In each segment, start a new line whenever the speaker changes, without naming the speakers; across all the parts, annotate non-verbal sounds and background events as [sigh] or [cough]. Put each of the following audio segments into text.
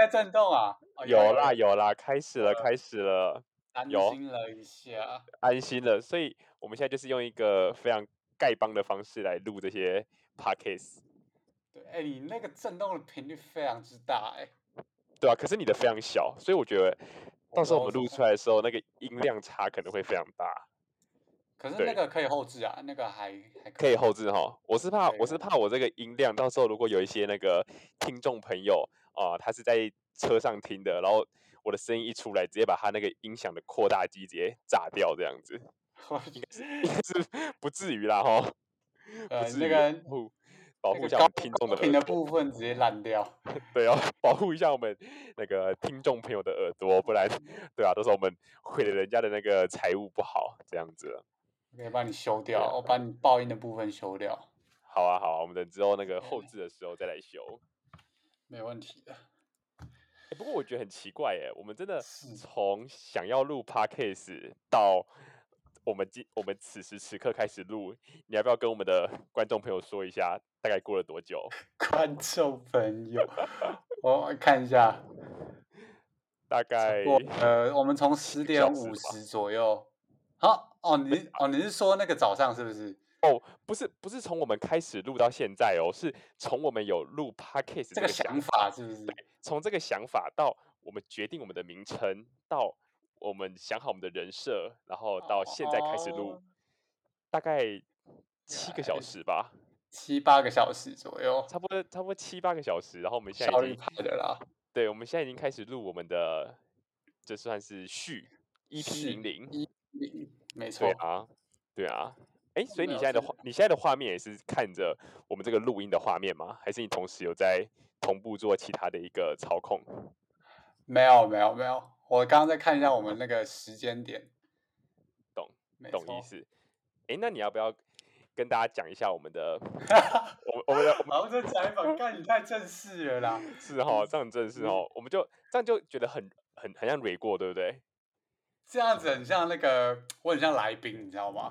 在震动啊！哦
有啦，有啦，开始了，
呃
开始了，
安
有
心了一下。
安心了。所以我们现在就是用一个非常丐帮的方式来录这些 podcast，
对，哎、你那个震动的频率非常之大、哎，
对啊，可是你的非常小，所以我觉得到时候我
不
们
知道
录
怎
出来的时候，那个音量差可能会非常大。
可是
对
那个可以后置啊，那个还还
可以
以。
后置哈，我是怕
可以
我是
后
怕我这个音量到时候如果有一些那个听众朋友啊、他是在车上听的，然后我的声音一出来，直接把他那个音响的扩大机直接炸掉，这样子
我
应该是 [laughs] 不至于啦哈。
呃
不，至
那
于
个那
保护保护
个
一下我
高
们听众的
高频的
耳朵，
部分直接烂掉。
对哦， [laughs] 保护一下我们那个听众朋友的耳朵，不然对啊，到时候我们毁了人家的那个财务不好这样子了。
我可以帮你修掉，
啊
我把你爆音的部分修掉，
好啊，好啊，我们等之后那个
对
后置的时候再来修。
没问题的。 [laughs]
欸不过我觉得很奇怪哎，我们真的
是
从想要录 podcast 到我们今我们此时此刻开始录，你要不要跟我们的观众朋友说一下，大概过了多久？
观众朋友，我看一下，
大概
我呃，我们从十点
小时
五
吧
十左右。好，哦，你哦，你是说那个早上是不是？
哦，不是不是从我们开始录到现在哦，是从我们有录 podcast
这个
想
想，法是不是？
从这个想法到我们决定我们的名称，到我们想好我们的人设，然后到现在开始录，
哦
大概七个小
来
时吧，
七八个小时左右，
差不多差不多七八个小时，然后我们现在
效
已
率
经
派的啦。
对，我们现在已经开始录我们的，这算是序 EP 零零，
一零，嗯没错
对，啊，对啊。哎，所以你
了
现在的
解
画，你现在的画面也是看着我们这个录音的画面吗？还是你同时有在同步做其他的一个操控？
没有没有没有，我刚刚在看一下我们那个时间点，
懂
没
懂意
错。
思？哎，那你要不要跟大家讲一下我们 [laughs] 的
然
我们我们的我们
后这采访，看你太正式了啦。
是哈、这样真的是哦，我们就这样就觉得很很很像蕊过，对不对？
这样子很像那个，我很像来宾，你知道吗？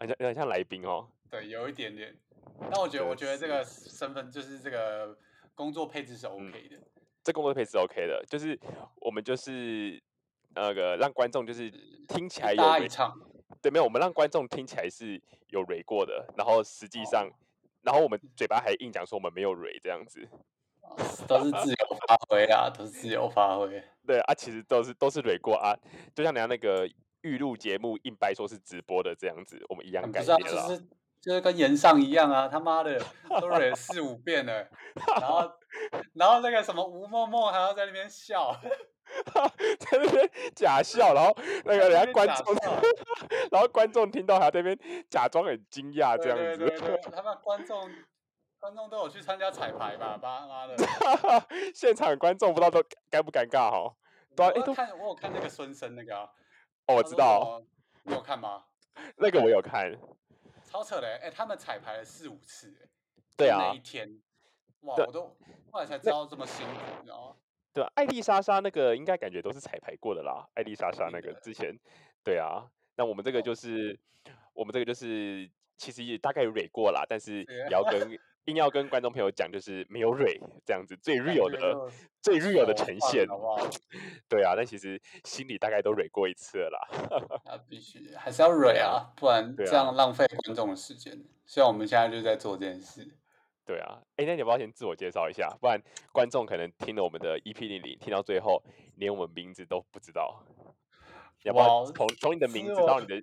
很像很像来宾哦。
对，有一点点。但我觉得，
真
我觉得这
是
个身份就是这个工作配置是
嗯
OK 的。
这工作配置 OK 的，就是我们就是那个让观众就是听起来
一
有
搭
蕊
一唱，啊
对，没有，我们让观众听起来是有蕊过的，然后实际上，
哦
然后我
嗯
们嘴巴还硬讲说我们没有蕊这样子，
都是自由发挥啦，都是自由发挥。
对啊，其实都是都是蕊过啊，就像人家那个预录节目硬掰说是直播的这样子，我们一样
不
概
是啊，
念
就
啦。
是就是跟岩上一样啊，他妈的都忍四五遍了，然
[laughs]
后然后那个什么吴梦梦还要在那边
啊
笑，
在那边假
[laughs]
笑，然后那个人家观众，
在那边假笑
然后观众听到还在那边假装很惊讶这
对
样
对
子，
对对，他们观众观众都有去参加彩排吧，爸妈
[laughs]
的，
现场观众不知道都尴不尴尬哈、对啊，
我
哎、
有
都
看我有看那个孙生那个、啊，
哦，我
他
知
说什
道
么，你有看吗？
那个我有看，
超扯的、欸，哎、他们彩排了四五次、欸，
对
就
啊
那一，天，哇，
对
我都后来才知道这么辛苦，你知道吗？
对啊，艾丽莎莎那个应该感觉都是彩排过的啦。艾丽莎莎
定
那个
的
之前，对啊，那我们这个
哦
就是，我们这个就是其实也大概有蕊过啦，但是
对
也
啊
要跟硬要跟观众朋友讲，就是没有蕊这样子，最
感
real
觉
的
就
最 real 的
手
呈
放
现，
好不好？
对啊，但其实心里大概都蕊过一次了啦。
啊，必须还是要蕊啊，不然
对
这
啊
样浪费观众的时间。虽然我们现在就在做这件事，
对啊，哎，那你要不要先自我介绍一下？不然观众可能听了我们的 EP 零零，听到最后连我们名字都不知道。要不要
哇哦
从从你的
自
名字
我
到你的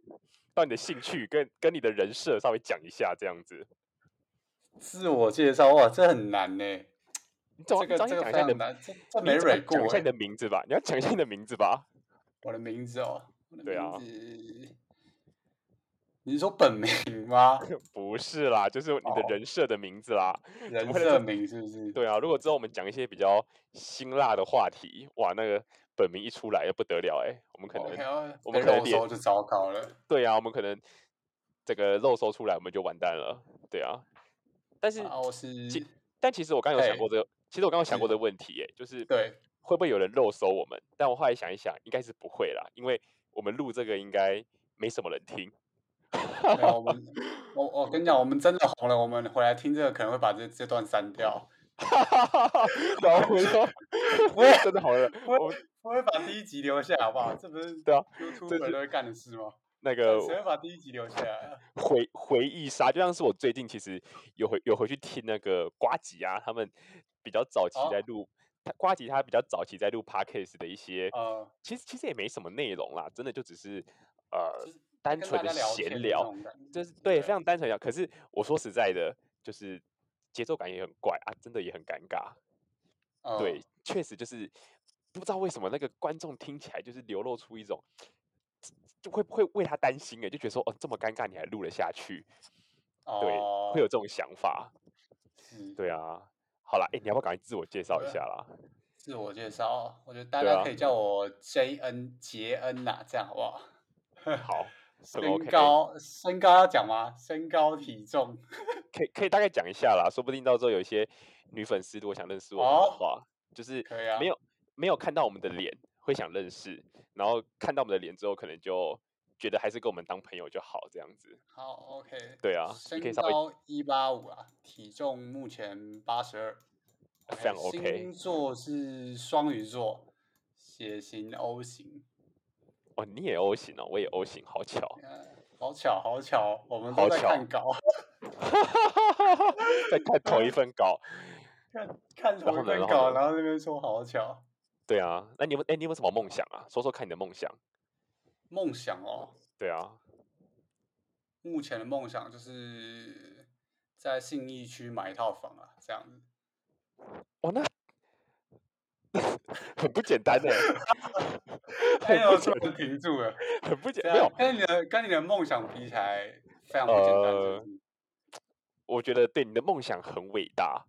到你的兴趣跟跟你的人设稍微讲一下这样子？
自我介绍哇，这很难呢、
你
这
总要你
个
总
这
要
个非
先讲一下
常
你的，
难，这这
你
没
总要
蕊过
讲一下
哎、
你的名字吧，你要讲一下你的名字吧。
我的名字哦，我的
对啊
名字，你是说本名
[laughs]
吗？
不是啦，就是你的
哦
人设的名字啦。
人
会在这
设名是不是？
对啊，如果之后我们讲一些比较辛辣的话题，哇，那个本名一出来不得了哎、我们可能
OK，哦
我
被
们可能
肉
脸
搜就糟糕了。
对啊，我们可能这个肉搜出来，我们就完蛋了。对啊，但是、
啊，我是
但其实我刚有想
哎
过这个，其实我刚刚想
是
过这个问题、耶，就是 [laughs]
对
会不会有人肉搜我们？但我后来想一想，应该是不会啦，因为我们录这个应该没什么人听。 [laughs]
没有我们，我我跟你讲，我们真的红了，我们回来听这个可能会把这这段删掉，
然后我说，
我也
真的好了，
我
我
我会把第一集留下，好不好？这不是
[laughs] 对啊呃
YouTuber 都会干的事吗？
那个
谁会把第一集留下来？啊
回回忆杀，就像是我最近其实有回有回去听那个瓜吉啊，他们比较早期
哦
在录，他瓜吉他比较早期在录 podcast 的一些，
呃，
其实其实也没什么内容啦，真的就只是呃
就是
单
跟
纯
大
的
家聊
闲
天的那
聊，
种感觉，
就是对
对
非常单纯的聊。可是我说实在的，就是节奏感也很怪啊，真的也很尴尬。
嗯
对，确实就是不知道为什么那个观众听起来就是流露出一种，就会会为他担心哎，就觉得说哦这么尴尬你还录了下去，对，
哦嗯
会有这种想法。
是
对啊，好啦，哎、你要不要赶快自我介绍一
对啊
下
[laughs]
啦？
自我介绍，我觉得大
对
家
啊
可以叫我 J N 杰恩呐，这样好不好？
好，很 OK
身高身高要讲吗？身高体重
可以可以大概讲一下啦，说不定到时候有一些女粉丝如果想认识我们
哦
的话，就是
可以啊
没有没有看到我们的脸会想认识，然后看到我们的脸之后，可能就觉得还是跟我们当朋友就好这样子。
好 OK。
对啊你可
身
以稍微
高一八五啊，体重目前八十二，
非常 OK
星座是双鱼座，血型 O 型。
哦，你也 O 型哦，我也 O 型，好巧。
[laughs] 呃好巧，好巧，我们
好
都在
巧
看稿， [laughs]
在看同一份稿。
看看
然
同
后
一
呢
份
然后
稿，
呢
然后那边说好巧，
对啊，那你有哎、诶你有没有什么梦想啊？说说看你的梦想。
梦想哦，
对啊，
目前的梦想就是在信义区买一套房啊，这样子。
哇，哦那 [laughs] 很不
[laughs]
简单哎、
哎呦，我突然停住了，
很不简
这
[laughs] 没
样
有，
跟你的跟你的梦想比起来，非常不简单是
呃
不是。
我觉得对你的梦想很伟大，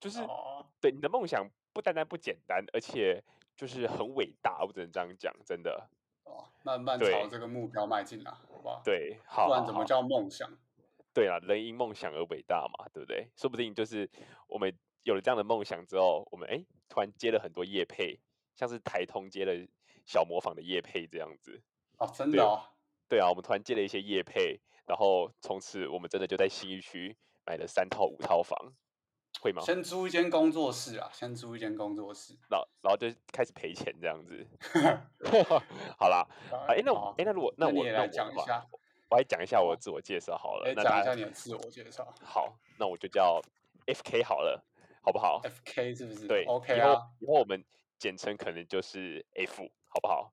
就是
哦，
对你的梦想不单单不简单，而且就是很伟大，我只能这样讲，真的。
哦，慢慢
对
朝这个目标迈进啊，好不好？，
对，好
不
好
然怎
好
么叫梦想？
对啊，人因梦想而伟大嘛，对不对？说不定就是我们有了这样的梦想之后，我们哎突然接了很多业配，像是台通接了小模仿的业配这样子。
哦，真
对
的哦，
对啊，我们突然接了一些业配，然后从此我们真的就在新一区买了三套五套房，会吗？
先租一间工作室啊，先租一间工作室。 [laughs]
然后然后就开始赔钱这样子。 [laughs] 好啦，哎、诶那我
好
哎、那如果
那
我
你也
那
来
我
讲
的
一
话
下，
我来讲一下我
好
自我介绍好了。
来
那
讲
大
一
家
下你的自我介绍。
好，那我就叫 F K 好了，好不好？
F K 是不是？
对
，OK
以后
啊
以后我们简称可能就是 F，好不好？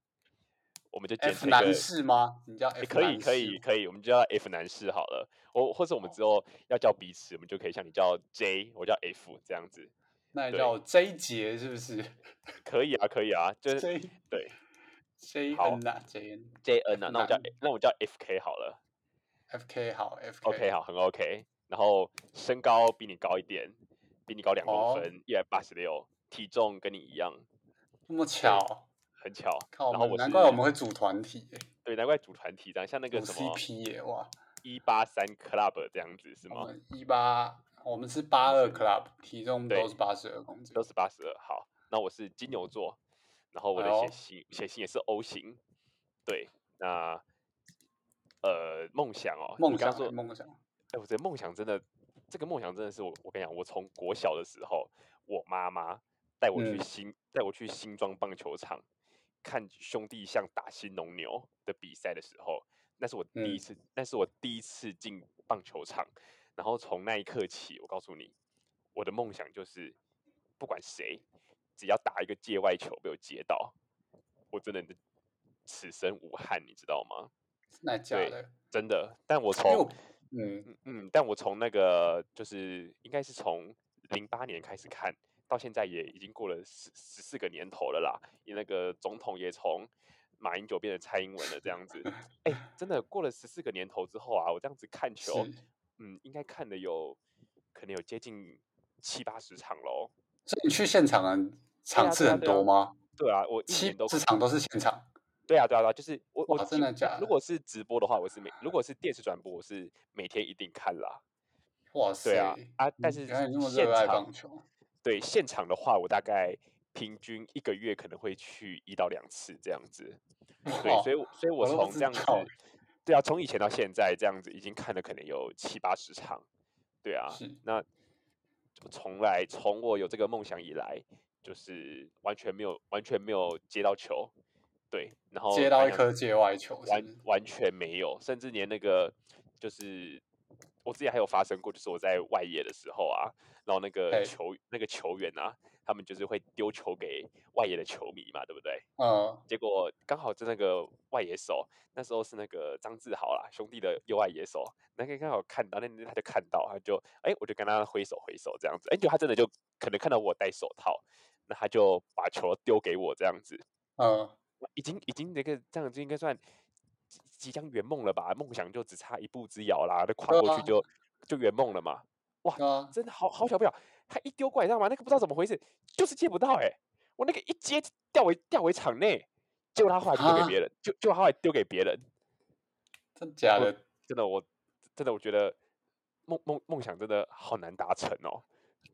我们就简
，F
称一个
男，士吗？你叫
诶
F
可以
男
可以
士
可以，我们就叫 F 男士好了。我或者我们之后要叫彼此，我们就可以像你叫 J，我叫 F 这样子，
那你
对
叫我 J 杰是不是
可以啊可以啊，就是
？J
对
J
好
N 啊，J N
J N 啊，那我叫
男
那我叫 F K 好了
F K 好，F K
，OK 好很 OK。然后身高比你高一点，比你高两
哦
公分，一百八十六，体重跟你一样，
那么巧，
很巧。
靠
然后
我们，
我
难
是
怪我们会组团体耶，
对，难怪组团体这样，像那
组
个什么
CP 耶，哇，
一八三 club 这样子是
我
吗？
们一八，我们是八二 club，体重
对
都是八十二公斤
都，是八十二。好，那我是金牛座，然后我的
哎
血
呦
型血型也是 O 型。对，那呃梦想哦，
梦
你刚
想
刚说
耶梦想，
哎、我觉得梦想真的，这个梦想真的是我，我跟你讲，我从国小的时候，我妈妈带我去
嗯
新带我去新庄棒球场看兄弟象打新农牛的比赛的时候，那是我第一
嗯
次，那是我第一次进棒球场。然后从那一刻起，我告诉你，我的梦想就是，不管谁，只要打一个界外球被我接到，我真的此生无憾，你知道吗？
那假
对
的，
真的。但
因
我
为
从
我嗯，
嗯嗯，但我从那个就是应该是从零八年开始看，到现在也已经过了十十四个年头了啦。那个总统也从马英九变成蔡英文了，
[laughs]
这样子。哎、真的过了十四个年头之后啊，我这样子看球，
是
嗯，应该看了有可能有接近七八十场喽。
所以你去现场的场
啊
次
对啊
很
对啊
多吗？
对啊，我一
七
年都
市场都是现场，
对啊对啊对啊，就是我我
哇
基
真的
本
假
上如
的
果是直播的话，我是每
[laughs]
如果是电视转播，我是每天一定看啦。
哇塞
对啊啊但
嗯
是
原来你这么
现
热爱
场
棒球，
对，现场的话，我大概平均一个月可能会去一到两次这样子。对，
哇
所以我所以我
哦我都不
从
知
这样子
道欸，
对啊，从以前到现在这样子，已经看了可能有七八十场。对啊，
是
那从来从我有这个梦想以来，就是完全没有完全没有接到球，对，然后
接到
白
一
娘
颗界外球，是
哦完
不是
完全没有，甚至连那个就是我之前还有发生过，就是我在外野的时候啊，然后那个
嘿
球那个球员啊，他们就是会丢球给外野的球迷嘛，对不对？
嗯，
结果刚好是那个外野手，那时候是那个张志豪啦，兄弟的右外野手，那个刚好看到，那那他就看到，他就哎、我就跟他挥手挥手这样子，哎、就他真的就可能看到我戴手套，那他就把球丢给我这样子，
嗯，
已经已经那个这样子应该算即即将圆梦了吧？梦想就只差一步之遥啦，那跨
对
过
啊
去就、就圆梦了嘛。
对啊，
真的好好巧不巧，他一丢过来，你知道吗？那个不知道怎么回事，就是接不到哎、我那个一接掉回掉回场内，结果他后来就丢
啊
给别人，就就他后来丢给别人。
真假的，
真的我真的我觉得梦梦梦想真的好难达成哦。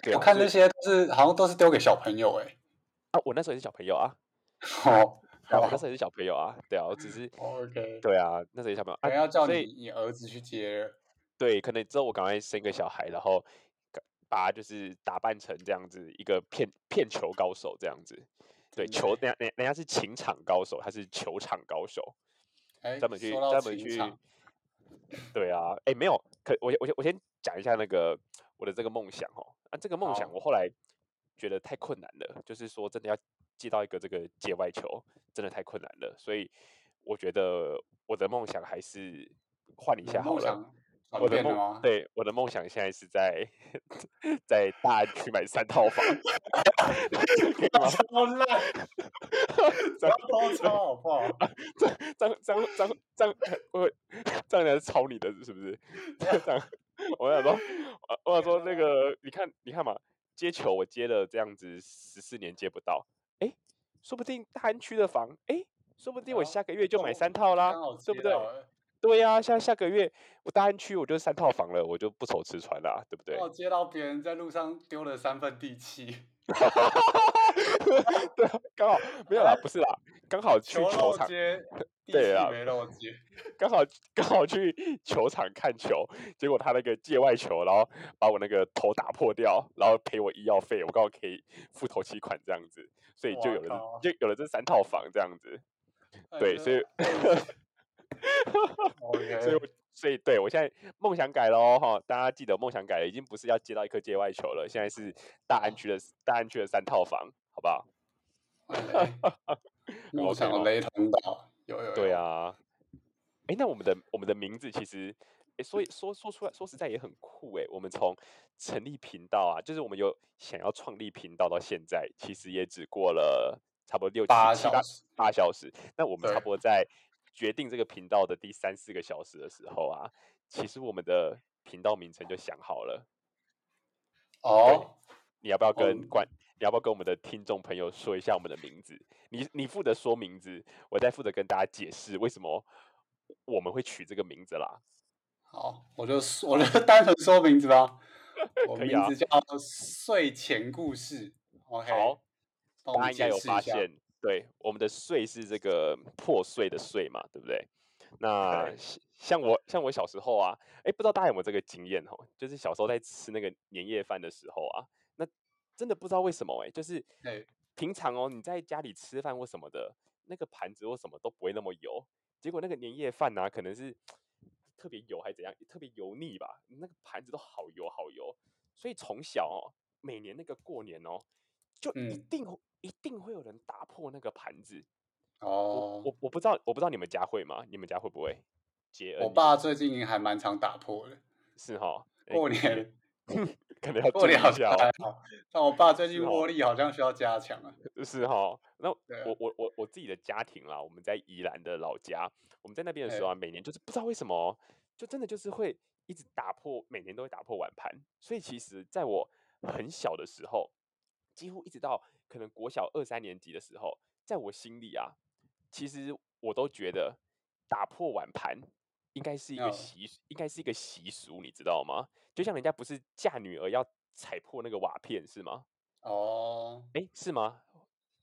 对
我
啊
看
所以
那些都是好像都是丢给小朋友哎、
啊，我那时候也是小朋友啊，
哦，
对啊我那
好哦
时候也是小朋友啊，对啊，我只是
，OK，
对啊，那时候也是小朋友
可
啊
能，要叫
所
你
以
你儿子去接了，
对，可能之后我赶快生个小孩，然后赶把他就是打扮成这样子一个骗骗球高手这样子。对，
真的
球
欸
人家人家人家是情场高手，他是球场高手，
哎、
专门去
说到
专门
情
去
场，。
对啊，哎，没有，可我先我先我先讲一下那个我的这个梦想哦，啊，这个梦想
好
我后来觉得太困难了，就是说真的要接到一个这个界外球，真的太困难了，所以我觉得我的梦想还是换一
你的
下好
梦
了。
想转
我的
哦变了
梦
吗？
对我的梦想现在是在在大安区买三套房， [laughs] 可以吗？
超烂，不要偷抄哦好不好？
张张张张，我这样来抄你的是不 [laughs] 是？这样，我想说，我想说那个，你看你看嘛，接球我接了这样子十四年接不到，哎，说不定大安区的房，哎，说不定我
啊
下个月就买
中
三套啦
刚好，
啊对不
接
对
到？了，
对呀、像下个月我大安区我就三套房了，我就不愁吃穿啦，对不对
刚？好接到别人在路上丢了三份地契，
对啊，刚好没有啦，不是啦，刚好去
球
球
漏
场， [laughs]
接，地
对啊
契没漏接，
刚好刚好去球场看球，结果他那个界外球，然后把我那个头打破掉，然后赔我医药费，我刚好可以付头期款这样子，所以就
哇
有了
靠
这就有了这三套房这样子，
哎
对，
[laughs]
所以。所以
哦 OK，
我所以对我现在梦想改喽哈，大家记得梦想改了，已经不是要接到一颗界外球了，现在是大安区的大安区的三套房，好不好？
哎 [laughs] 梦
OK
想
吗
哦雷同到，有有
哦对
有，
啊，哎，那我们的我们的名字其实，哎，所以说说出来，说实在也很酷哎。我们从成立频道啊，就是我们有想要创立频道到现在，其实也只过了差不多六七
八
七
小
八
时，
八小时。那我们差
对
不多在决定这个频道的第三四个小时的时候啊，其实我们的频道名称就想好了。
哦，
你要不要跟
嗯
观、你要不要跟我们的听众朋友说一下我们的名字？你你负责说名字，我再负责跟大家解释为什么我们会取这个名字啦。
好，我就说我就 [laughs] 单纯说名字
[laughs]
吧，我
可以
名
啊
字叫睡前故事，OK，
好，
帮我
大家
们
应该
解
有
释一
发
下，
现，对，我们的碎是这个破碎的碎嘛，对不对？那
对
像像我像我小时候啊，哎，不知道大家有没有这个经验哦？就是小时候在吃那个年夜饭的时候啊，那真的不知道为什么哎，就是
哎，
平常哦你在家里吃饭或什么的，那个盘子或什么都不会那么油，结果那个年夜饭呢、啊，可能是特别油还是怎样，特别油腻吧，那个盘子都好油好油，所以从小哦，每年那个过年哦，就一
嗯
定、会一定会有人打破那个盘子。我
哦，
我我不知道，我不知道你们家会吗？你们家会不会？杰恩，
我爸最近还蛮常打破的，
是哈，哎
过年
可能要
过
注意
年好像
一下哦
还。好，但我爸最近
是哦
握力好像需要加强啊，
是哈，那我
对啊
我我我自己的家庭啦，我们在宜兰的老家，我们在那边的时候啊，每年就是不知道为什么，就真的就是会一直打破，每年都会打破碗盘。所以其实在我很小的时候，几乎一直到可能国小二三年级的时候，在我心里啊，其实我都觉得打破碗盘应该是一个
嗯
习俗，应该是一个习俗，你知道吗？就像人家不是嫁女儿要踩破那个瓦片是吗？
哦，
哎，是吗？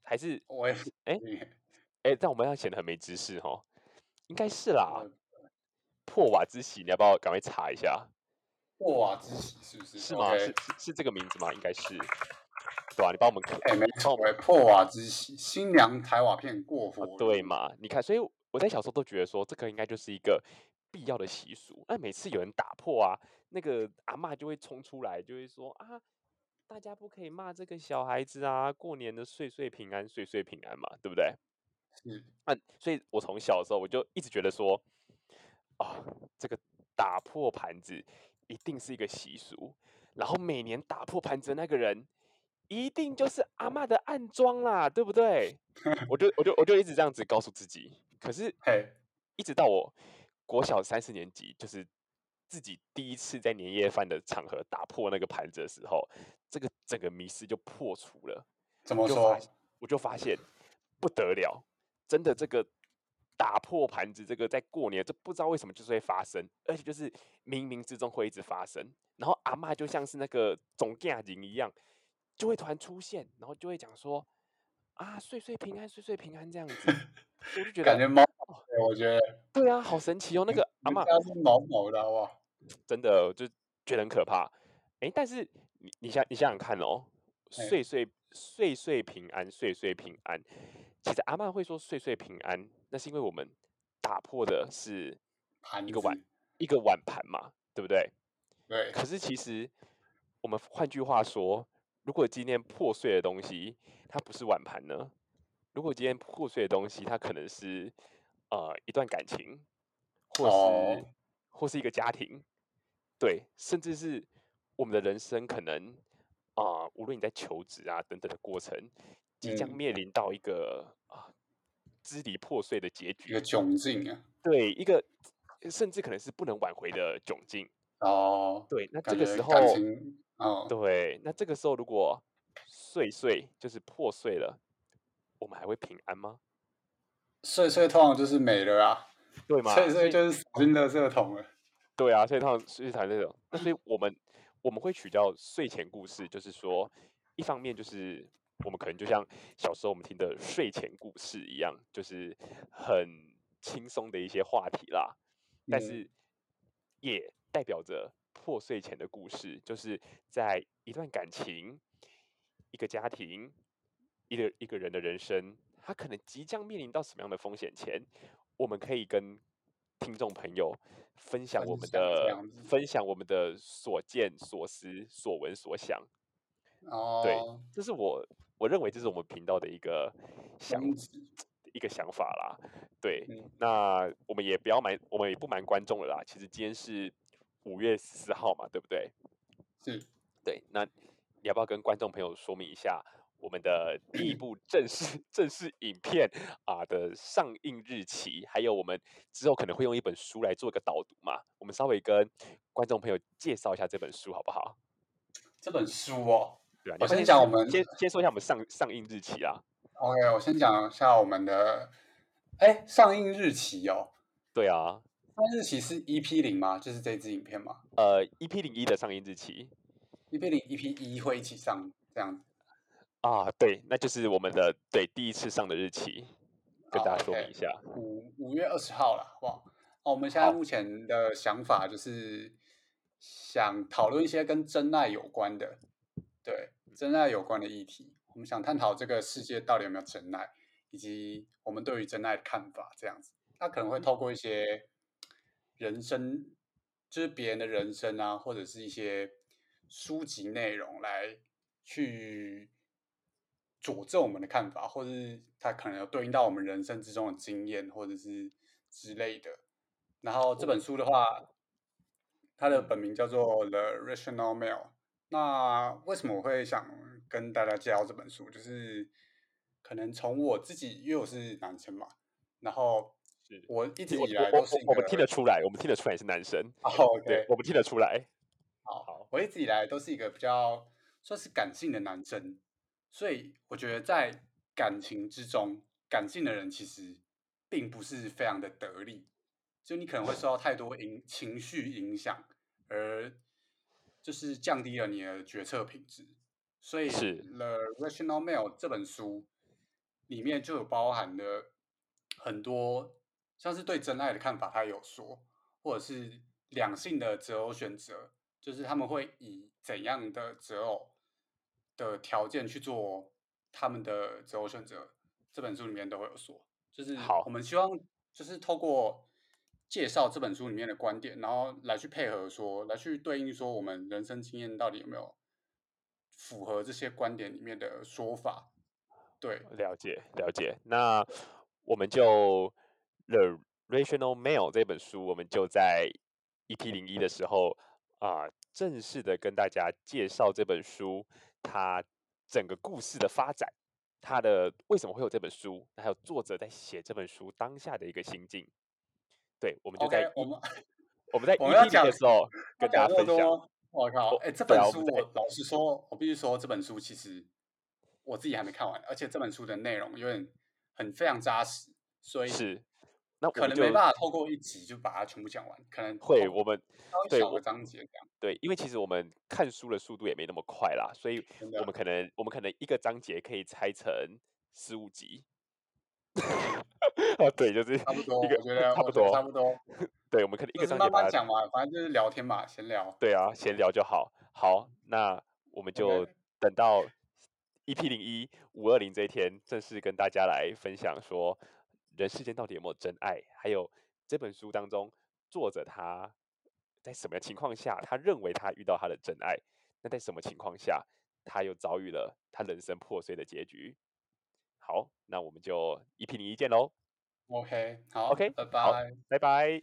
还是
我也
是哎
你 [laughs]
哎，但我们要显得很没知识哦，应该是啦
我。
破瓦之喜，你要不要赶快查一下？
过瓦之喜是不是？
是吗
OK
是是是这个名字吗？应该是，对啊吧、你帮我们看，
哎、没错，哎，破瓦之喜，新娘抬瓦片过火、
啊对？嘛？你看，所以我在小时候都觉得说，这个应该就是一个必要的习俗。那每次有人打破啊，那个阿嬷就会冲出来，就会说啊，大家不可以骂这个小孩子啊，过年的岁岁平安，岁岁平安嘛，对不对？
是，
啊，所以我从小的时候我就一直觉得说，啊，这个打破盘子一定是一个习俗，然后每年打破盘子的那个人，一定就是阿嬷的暗装啦，对不对？我就我就我就一直这样子告诉自己，可是
嘿，
一直到我国小三四年级，就是自己第一次在年夜饭的场合打破那个盘子的时候，这个整个迷失就破除了。
怎么
就发
说？
现我就发现不得了，真的这个打破盘子，这个在过年这不知道为什么就是会发生，而且就是冥冥之中会一直发生。然后阿嬷就像是那个总驾人一样，就会突然出现，然后就会讲说啊，岁岁平安，岁岁平安这样子。我就觉
感
得，
觉毛，对我觉得
对啊，好神奇哦！那个阿
你们
嬷
家是毛毛的哇，
真的就觉得很可怕。哎，但是你你想你想想看哦，
哎
岁岁岁岁平安，岁岁平安。其实阿嬷会说岁岁平安，那是因为我们打破的是
盘
一
子
个碗一个碗盘嘛，对不对？
对，
可是其实我们换句话说，如果今天破碎的东西它不是碗盘呢？如果今天破碎的东西它可能是呃一段感情，或是、
哦
或是一个家庭，对，甚至是我们的人生可能啊、呃无论你在求职啊等等的过程，即将
嗯
面临到一个啊、支离破碎的结
一
局
个，窘境啊，
对，一个甚至可能是不能挽回的窘境。
哦，
对，那这
感
个
觉
时候
感情，哦，
对，那这个时候如果碎碎就是破碎了，我们还会平安吗？
碎碎通常就是没了啊，
对吗？
碎
所
碎
以
就是扫进垃圾桶了，嗯
对啊，所以他们所以才这种。那所以我们我们会取叫睡前故事，就是说，一方面就是我们可能就像小时候我们听的睡前故事一样，就是很轻松的一些话题啦，但
嗯
是也代表着破碎前的故事，就是在一段感情、一个家庭、一个一个人的人生，他可能即将面临到什么样的风险前，我们可以跟听众朋友分享我
分
们
享这
的
样子
分享我们的所见所思所闻所想，
哦，
这是我我认为这是我们频道的一个
嗯
想
宗旨
一个想法啦。对，
嗯
那我们也不要瞒，我们也不瞒观众了啦。其实今天是五月十四号嘛，对不对？
是
对，那你要不要跟观众朋友说明一下我们的第一部正式正式影片啊的上映日期，还有我们之后可能会用一本书来做一个导读嘛？我们稍微跟观众朋友介绍一下这本书好不好？
这本书哦。
对啊，你
我
要不
先讲
说
我们
先先说一下我们上上映日期啊。
OK，我先讲一下我们的，哎，上映日期哦，
对啊，
上映日期是 EP 零吗？就是这支影片吗
呃，EP 零一的上映日期
？EP 零、EP 一会一起上，这样子。
啊，对，那就是我们的对第一次上的日期，跟
啊
大家说
，OK
明一下。
五五月二十号了，哇！哦，我们现在
好
目前的想法就是想讨论一些跟真爱有关的，对真爱有关的议题。我们想探讨这个世界到底有没有真爱，以及我们对于真爱的看法，这样子。那可能会透过一些人生，就是别人的人生啊，或者是一些书籍内容来去佐证我们的看法，或者是它可能有对应到我们人生之中的经验，或者是之类的。然后这
哦
本书的话，它
嗯
的本名叫做《The Rational Male》。那为什么我会想跟大家介绍这本书？就是可能从我自己，因为我是男生嘛，然后
是
我一直
我
以
我
来
我
都是
我
一
我
个
们听得出来，我们听得出来你是男生，
哦
对
，OK，
我们听得出来。好
好，我一直以来都是一个比较算是感性的男生，所以我觉得在感情之中，感性的人其实并不是非常的得力，就你可能会受到太多影情绪影响，而就是降低了你的决策品质。所以，
是
《The Rational Male》这本书里面就有包含了很多像是对真爱的看法，他有说，或者是两性的择偶选择，就是他们会以怎样的择偶的条件去做他们的择偶选择，这本书里面都会有说。就是
好
我们希望就是透过介绍这本书里面的观点，然后来去配合说，来去对应说我们人生经验到底有没有符合这些观点里面的说法。对，
了解了解，那我们就《The Rational Male》这本书，我们就在 EP 零一的时候啊、正式的跟大家介绍这本书它整个故事的发展，它的为什么会有这本书，还有作者在写这本书当下的一个心境。对，我们就在
OK，我
一
们
我们在 E
我们要
EP 零的
讲
时候跟大
讲
家
那么
分享。
多，我靠！
我
哎、这
对
本
啊我
书
们在
我老实说，我必须说这本书其实我自己还没看完，而且这本书的内容有点很非常扎实，所以
是，那我
可
们
能
就
没办法透过一集就把它全部讲完，可能
会
透过
我们
稍微
对
小
我
个章节这样。
对，因为其实我们看书的速度也没那么快啦，所以
真
我
的
们可能我们可能一个章节可以拆成十五集。 [laughs] 啊，对，就是
差不多，
[laughs] 一个
我觉得
差
我
不
觉得差
多，
不多，
[laughs] 对，我们可能一
就
个
是
章节
慢
把
慢
它，
讲嘛，反正就是聊天嘛，闲聊。
对啊，闲聊就好。好，那我们就
OK
等到 EP 零一五二零这一天，正式跟大家来分享说，人世间到底有没有真爱，还有这本书当中作者他在什么情况下，他认为他遇到他的真爱，那在什么情况下，他又遭遇了他人生破碎的结局。好，那我们就 EP 零一见喽。
OK，好
OK，
拜
好
拜。
拜拜。